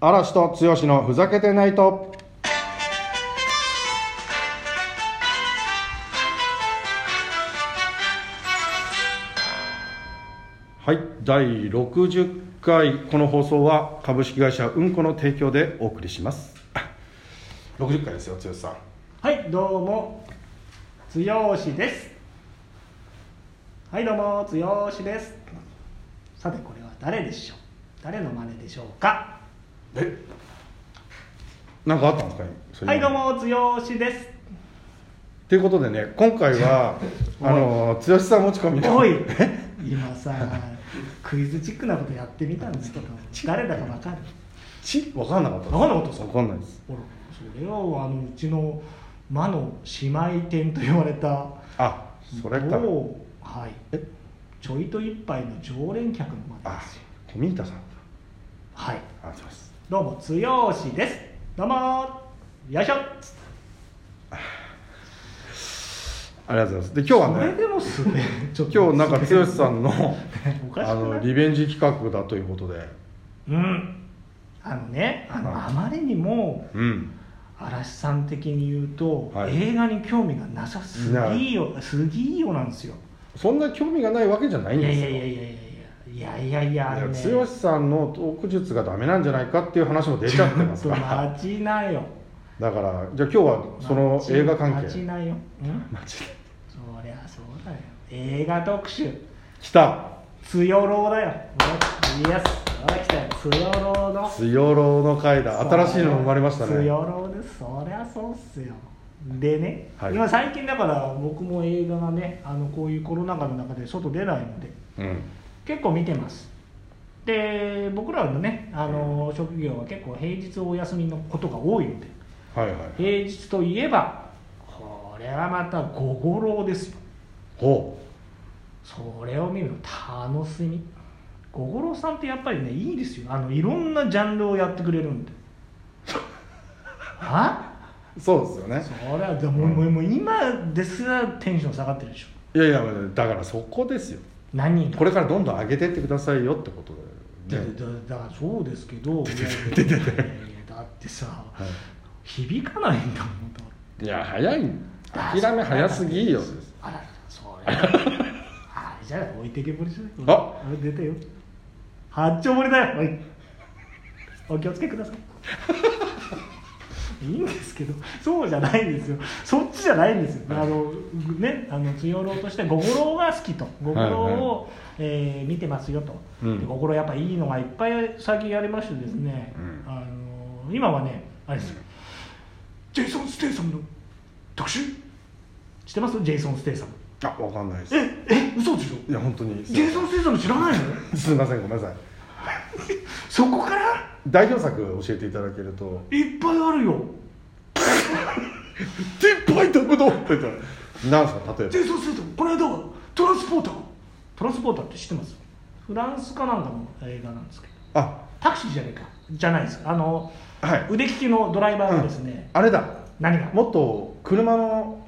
嵐と剛のふざけてないと。はい、第60回、この放送は株式会社うんこの提供でお送りします。60回ですよ、剛さん。はい、どうも、つよしです。はい、どうも、つよしです。さて、これは誰でしょう誰の真似でしょうかえなんかあったんですかそれはい、どうも、つよしです。ということでね、今回 はあの剛さん持ち込みでおい、今さ、クイズチックなことやってみたんですけど、誰だかわかるち分かんなかったわかんなかったですか分かんないですほら、それは、あの、うちの魔の姉妹店と言われた、あそれか某はいえ、ちょいと一杯の常連客の真似あですよ。小宮田さんはい。あそうですどうも、つよしです。どうもよいしょ。ありがとうございますで今日そはれねでも すべ、ちょっと今日なんか剛さんのおかしくないあのリベンジ企画だということでうん。あのね、あの、はいあまりにも、うん嵐さん的に言うと、はい映画に興味がなさすぎよ、すぎよなんですよ。そんな興味がないわけじゃないいんやでいすやよいやいやいや、いやいやいや、あのね。いや剛さんのトーク術がダメなんじゃないかっていう話も出ちゃってますちょかっとら待ちなよ。だからじゃあ今日はその映画関待ち係なよ。うん。マジでそりゃそうだよ。映画特集。来たつよろうだよ。イエス。ほら来たよ。つよろうの。つよろうの回だ新しいの生まれましたつねよろうです。そりゃそうっすよ。でね、はい今最近だから僕も映画がね、あのこういうコロナ禍の中で外出ないので、うん結構見てます。で、僕らのね、あの職業は結構平日お休みのことが多いので、はいはい平日といえば、これはまた五五郎ですよ。ほそれを見るの楽しみ五五郎さんってやっぱりねいいですよあのいろんなジャンルをやってくれるんであうそうですよねそれはでも,、もうもう今ですらテンション下がってるでしょいやいやだからそこですよ何人かこれからどんどん上げてってくださいよってことだだよだねだからそうですけ どいやいやいやいやだってさは響かないんだもんだってい、いや早い諦め早すぎよですあらそれあれじゃない置いてけぼりじゃないああれ出たよ八丁堀だよおいお気をつけくださいいいんですけどそうじゃないんですよそっちじゃないんですよあのねあの強郎として五五郎が好きと五五郎はいはを、えー見てますよと、うんで五五郎やっぱいいのがいっぱい最近やりましてですね、うんあの今はねあれですよ、ジェイソン・ステイサムの特集知ってますジェイソン・ステイサムあわかんないですええ嘘でしょいや本当にすジェイいソン・まステイサム知らないのせんすいませんごめんなさいそこから代表作教えていただけるといっぱいあるよ「ティッパイ特動」って言ったら何すか例えジェイソン・ステイサムこの間はトランスポータートランスポーターって知ってますフランスかなんかの映画なんですけどばタクシーじゃないかじゃないですあのあはい腕利きのドライバーがですね、あれだ何がもっと車の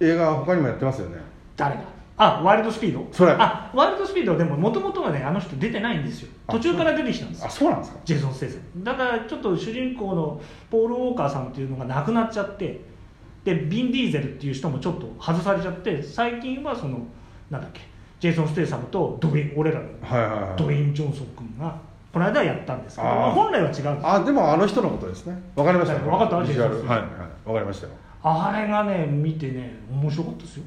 映画他にもやってますよね誰があワイルドスピードそれあワイルドスピードはでももともとはねあの人出てないんですよあ途中から出てきたんですあそうなんですかジェイソン・ステイサムだからちょっと主人公のポール・ウォーカーさんっていうのが亡くなっちゃってでビン・ディーゼルっていう人もちょっと外されちゃって最近はそのなんだっけジェイソン・ステイサムとドウェイン俺らのはいはいドウはいェイン・ジョンソン君がこの間やったんですけどあー本来は違うんですよあでもあの人のことですねわかりましたわかったビジュアルジェイソンはいはいわかりましたよあれがね見てね面白かったですよ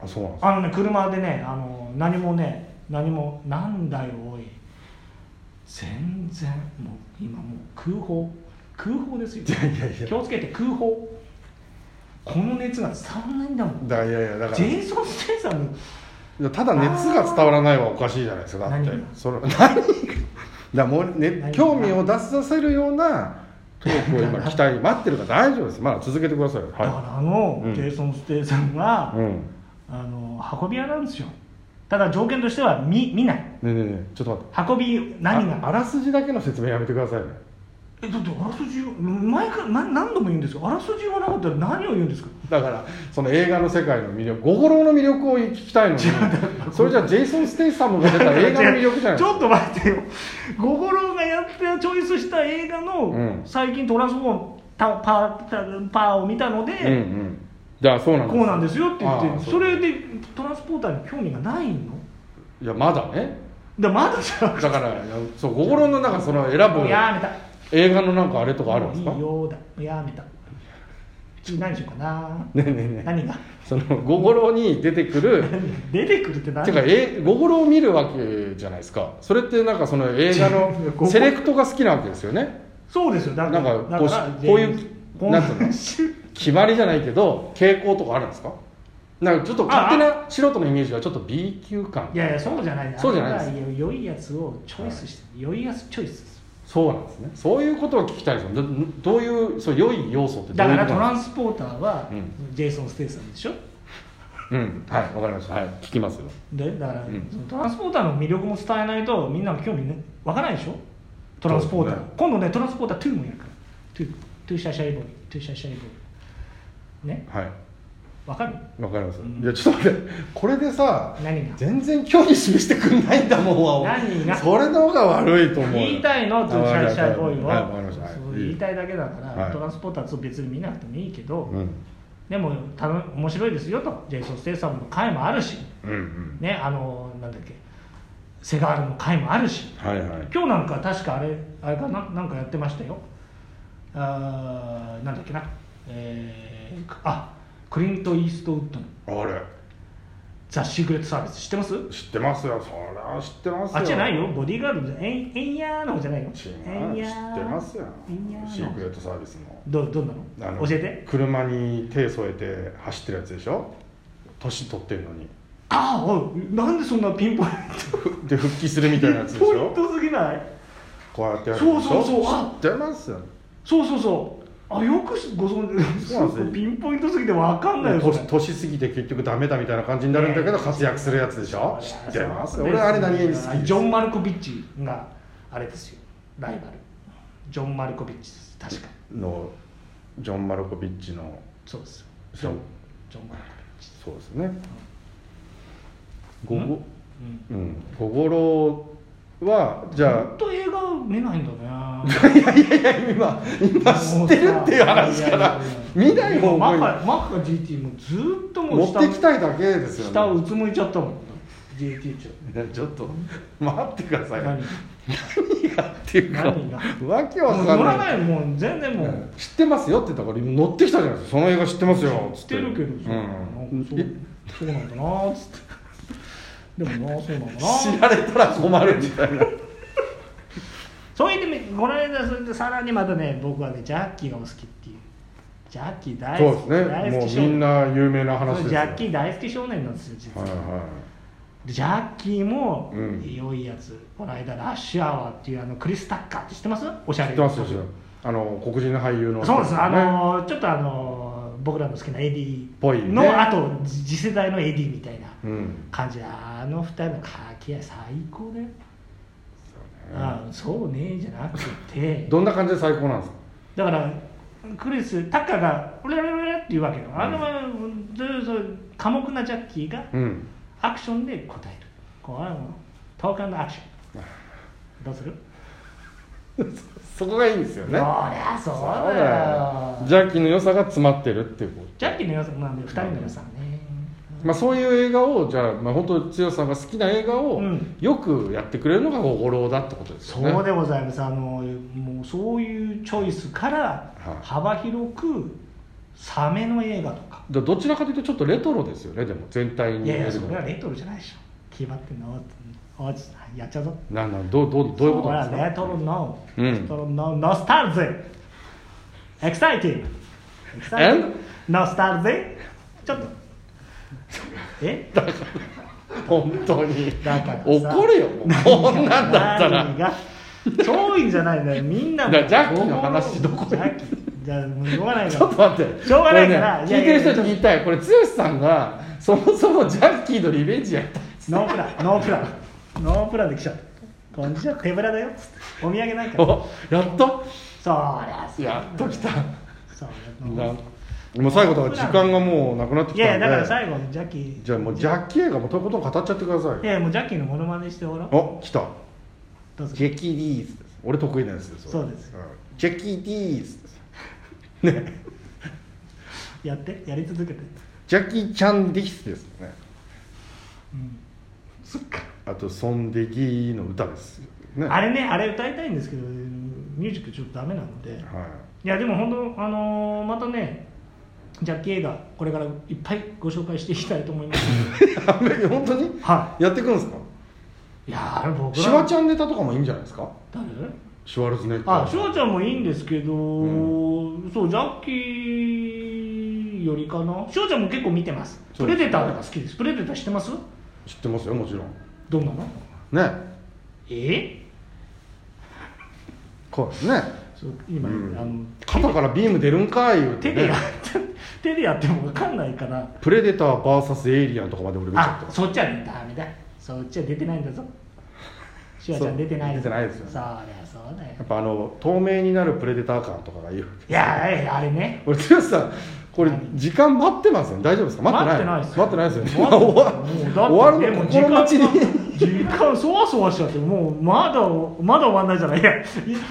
あそうなんですかあのね車でねあの何もね何もなんだよおい全然もう今もう空砲空 砲ですよいやいやいや気をつけて空砲この熱が伝わらないんだもんだいやいやだかジらェイソン・ステイサムいやただ熱が伝わらないはおかしいじゃないですかだって何がそれ何が だもう、何ねが、興味を出させるようなトークを今期待待ってるから大丈夫ですまだ続けてくださいだかはらあの、うんジェイソン・ステイサムは、いうんねあの運び屋なんですよただ条件としては見見ないえねえねえちょっと待って運び何あがあらすじだけの説明やめてくださいねえだってあらすじを毎回な何度も言うんですよあらすじがなかったら何を言うんですかだからその映画の世界の魅力五五郎の魅力を聞きたいのにそれじゃあジェイソン・ステイサムが出た映画の魅力じゃないちょっと待ってよ五五郎がやっクターチョイスした映画の、うん最近トランスフォームたパーパーを見たのうんうで、んじゃあそうなんですこうなんですよって言あっあてそうそれでトランスポーターに興味がないのいやまだねだからまだじゃだからいやそう心の中その選ぶもうやめた映画のなんかあれとかあるんですかもういいよだやめた次何しようかなねえねえねえ何がそのゴゴロに出てくる 出てくるって何てかえゴゴロを見るわけじゃないですかそれってなんかその映画違うゴゴのセレクトが好きなわけですよねそうですよだからなんかこうだらこういうこなんていうの週決まりじゃないけど傾向とかあるんですかなんかちょっと勝手な素人のイメージはちょっと B 級感 いやいやそうじゃないそうじゃないですあれは良いやつをチョイスして、良いやつチョイスすそうなんですねそういうことを聞きたいですよどどういうそう良い要素ってるどだういかうらことトなラんでンスポーターは、うんジェイソン・ステイさんでしょすうんはいわかりましたはい聞きますよでだから、うんそのトランスポーターの魅力も伝えないとみんなの興味ねわかないでしょトランスポータそうでー、すね今度ねトランスポーター2もやるから2トゥーシャシャイボーイトゥーシャシャイボーイねはいわかるわかります、うんいやちょっと待ってこれでさ何が全然興味示してくんないんだもん何がそれの方が悪いと思うよ言いたいのトゥーシャシャイボーイを、はいわかりましたはいそう言いたいだけだから、はいトランスポーター2別に見なくてもいいけど、うんでもたの面白いですよとジェイソン・ステイサムの回もあるしうんうんねあのなんだっけセガールの回もあるしはいはい今日なんか確かあれあれかななんかやってましたよあーなんだっけなえー、あクリント・イーストウッドのあれ「ザ・シークレット・サービス」知ってます知ってますよそれは知ってますよあっちじゃないよボディーガードじゃえんえんやーの方じゃないよ知えん知っやーてますよえんやーのシークレットサービスのどどんなあの教えて車に手添えて走ってるやつでしょ年取ってるのにああおいなんでそんなピンポインふで復帰するみたいなやつトでしポインょトすぎないこうやってやるやつでしょそうそうそう知ってますよそうそうそうあよくご存知そうな んですよピンポイントすぎてわかんないよそれ年年過ぎて結局ダメだみたいな感じになるんだけど活躍するやつでしょ知ってますよ俺あれ何気に好きですジョン・マルコビッチがあれですよライバルジョン・マルコビッチです確かのジョン・マルコビッチのそうですよジそョうンジョン・マルコそうですねごんごビッチうん小五郎はじうんゃ本当映画見ないんだねあいやいやいや今今知ってるっていう話からもうさ見ない方マッがハマッハ GT もずーっともう持ってきたいだけですよ下をねうつむいちゃったもん GT ちいやちょっと待ってくだゃさい何何がっていうか何がわけわもかうんない乗らないもう全然もう、知ってますよって言ったから今乗ってきたじゃないですかその映画知ってますよ知ってるけどさ、うんそうそうなんだなーっつってでもなそうなんだなえ 知られたら困るみた いなそう言ってみこの間それでさらにまたね僕はねジャッキーがお好きっていうジャッキー大そうで好きすね大好もきう少みん年な有名な話ですそうよジャッキー大好き少年なんですよ実は、はいはでジャッキーもうん良いやつ、この間ラッシュアワーっていうあのクリス・タッカーって知ってますおしゃい知れってますよ知ってますあの黒人の俳優のそうです、あねのーちょっとあのー僕らの好きな AD ぽいねの、あと次世代の AD みたいなうん感じであの二人の掛け合い最高だよ、ねああそうねじゃなくてどんな感じで最高なんですかだからクリスタッカーが「ウラウラウラ」って言うわけよあの、そうそう寡黙なジャッキーがうんアクションで答えるこうあの投函のアクションどうするそこがいいんですよそねりゃそうそうだだよよジャッキーの良さが詰まってるっていうことジャッキーの良さなんで二人の良さはね、まあ、そういう映画をじゃあ、まあ本当強さんが好きな映画をうんよくやってくれるのが五郎だってことですよね、そうでございますあのもうそういうチョイスからはい幅広くサメの映画とかだどちらかというとちょっとレトロですよねでも全体にいやいや見そるのれはレトロじゃないでしょ決まってんのおちやっちゃうぞなんなんどうどうどういうことなんそでれはすレトかロの、うんレトロのノスタルジーエクサイティングエクサイティングノスタルジーちょっとえ本当にだからさ怒るよもうこんなんだったら何が超いいんじゃないんだよみんなもだからジャッキーの話どこにジャッキーじゃあもうしょうがないちかょらっと待ってしょうがないからこれいやね、聞いていやるいや人に言いたいこれ剛さんがそもそもジャッキーのリベンジやったノープランノープランノープランで来ちゃったこんにちは手ぶらだよつってお土産ないから おやっとそりゃそうやっと来たそうなもう最後だから時間がもうなくなってきたんでいやいやだから最後にジャッキーじゃあもうジャッキー映画もということを語っちゃってくださいいやもうジャッキーのモノマネしておろうお来たどうぞェキリーズです俺得意なやつですそうですん、チェキディーズですねやってやり続けてジャッキー・チャンディスですねうんそっかあと「ソンデギー」の歌ですよねあれれねあれ歌いたいんですけどミュージックちょっとダメなのではいやでも本当あのーまたねジャッキー映画これからいっぱいご紹介していきたいと思い ますのでい本当にはやっていくんですかいいやーあれ僕らシュワちゃんネタとかもいいんじゃないですか誰シュワルツェネッガーあシュワちゃんもいいんですけど、うそうジャッキーよりかなシュワちゃんも結構見てますそプうでレすデターとか好きですプレデター知ってます知ってますよもちろんどんなのねえこうですね、そう今、うんあの肩からビーム出るんかい言うて手でねやっ手でやっても分かんないからプレデター VS エイリアンとかまで俺見ちゃったあそっちはねダメだそっちは出てないんだぞシュワちゃん出てなそいう出てないですよそうだよそうだよやっぱあの透明になるプレデター感とかがいいわいやいやあれねけ俺剛さんこれ何時間待ってますよね大丈夫ですか待ってない待ってない待ってないですよよね 終わ終わるの心待ちにに時間そわそわしちゃってもうまだまだ終わんないじゃないいや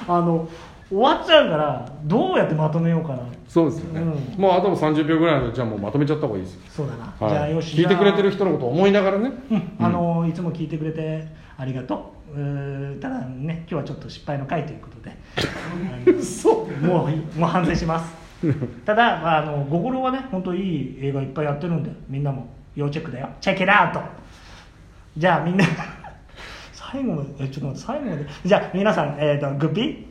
あの終わっちゃうからどうやってまとめようかなそうですよね、うもうあとも30秒ぐらいのじゃあもうまとめちゃった方がいいですよ、そうだな、はい、じゃあよし聞いてくれてる人、人のことを思いながらね、うんあのいつも聞いてくれてありがとううーただね今日はちょっと失敗の回ということであのそうもうもう反省しますただ、まあ、あのゴゴロはね本当いい映画いっぱいやってるんでみんなも要チェックだよチェックラート じゃあみんな最後までえちょっと待って最後までじゃあ皆さん、えー、とグッピー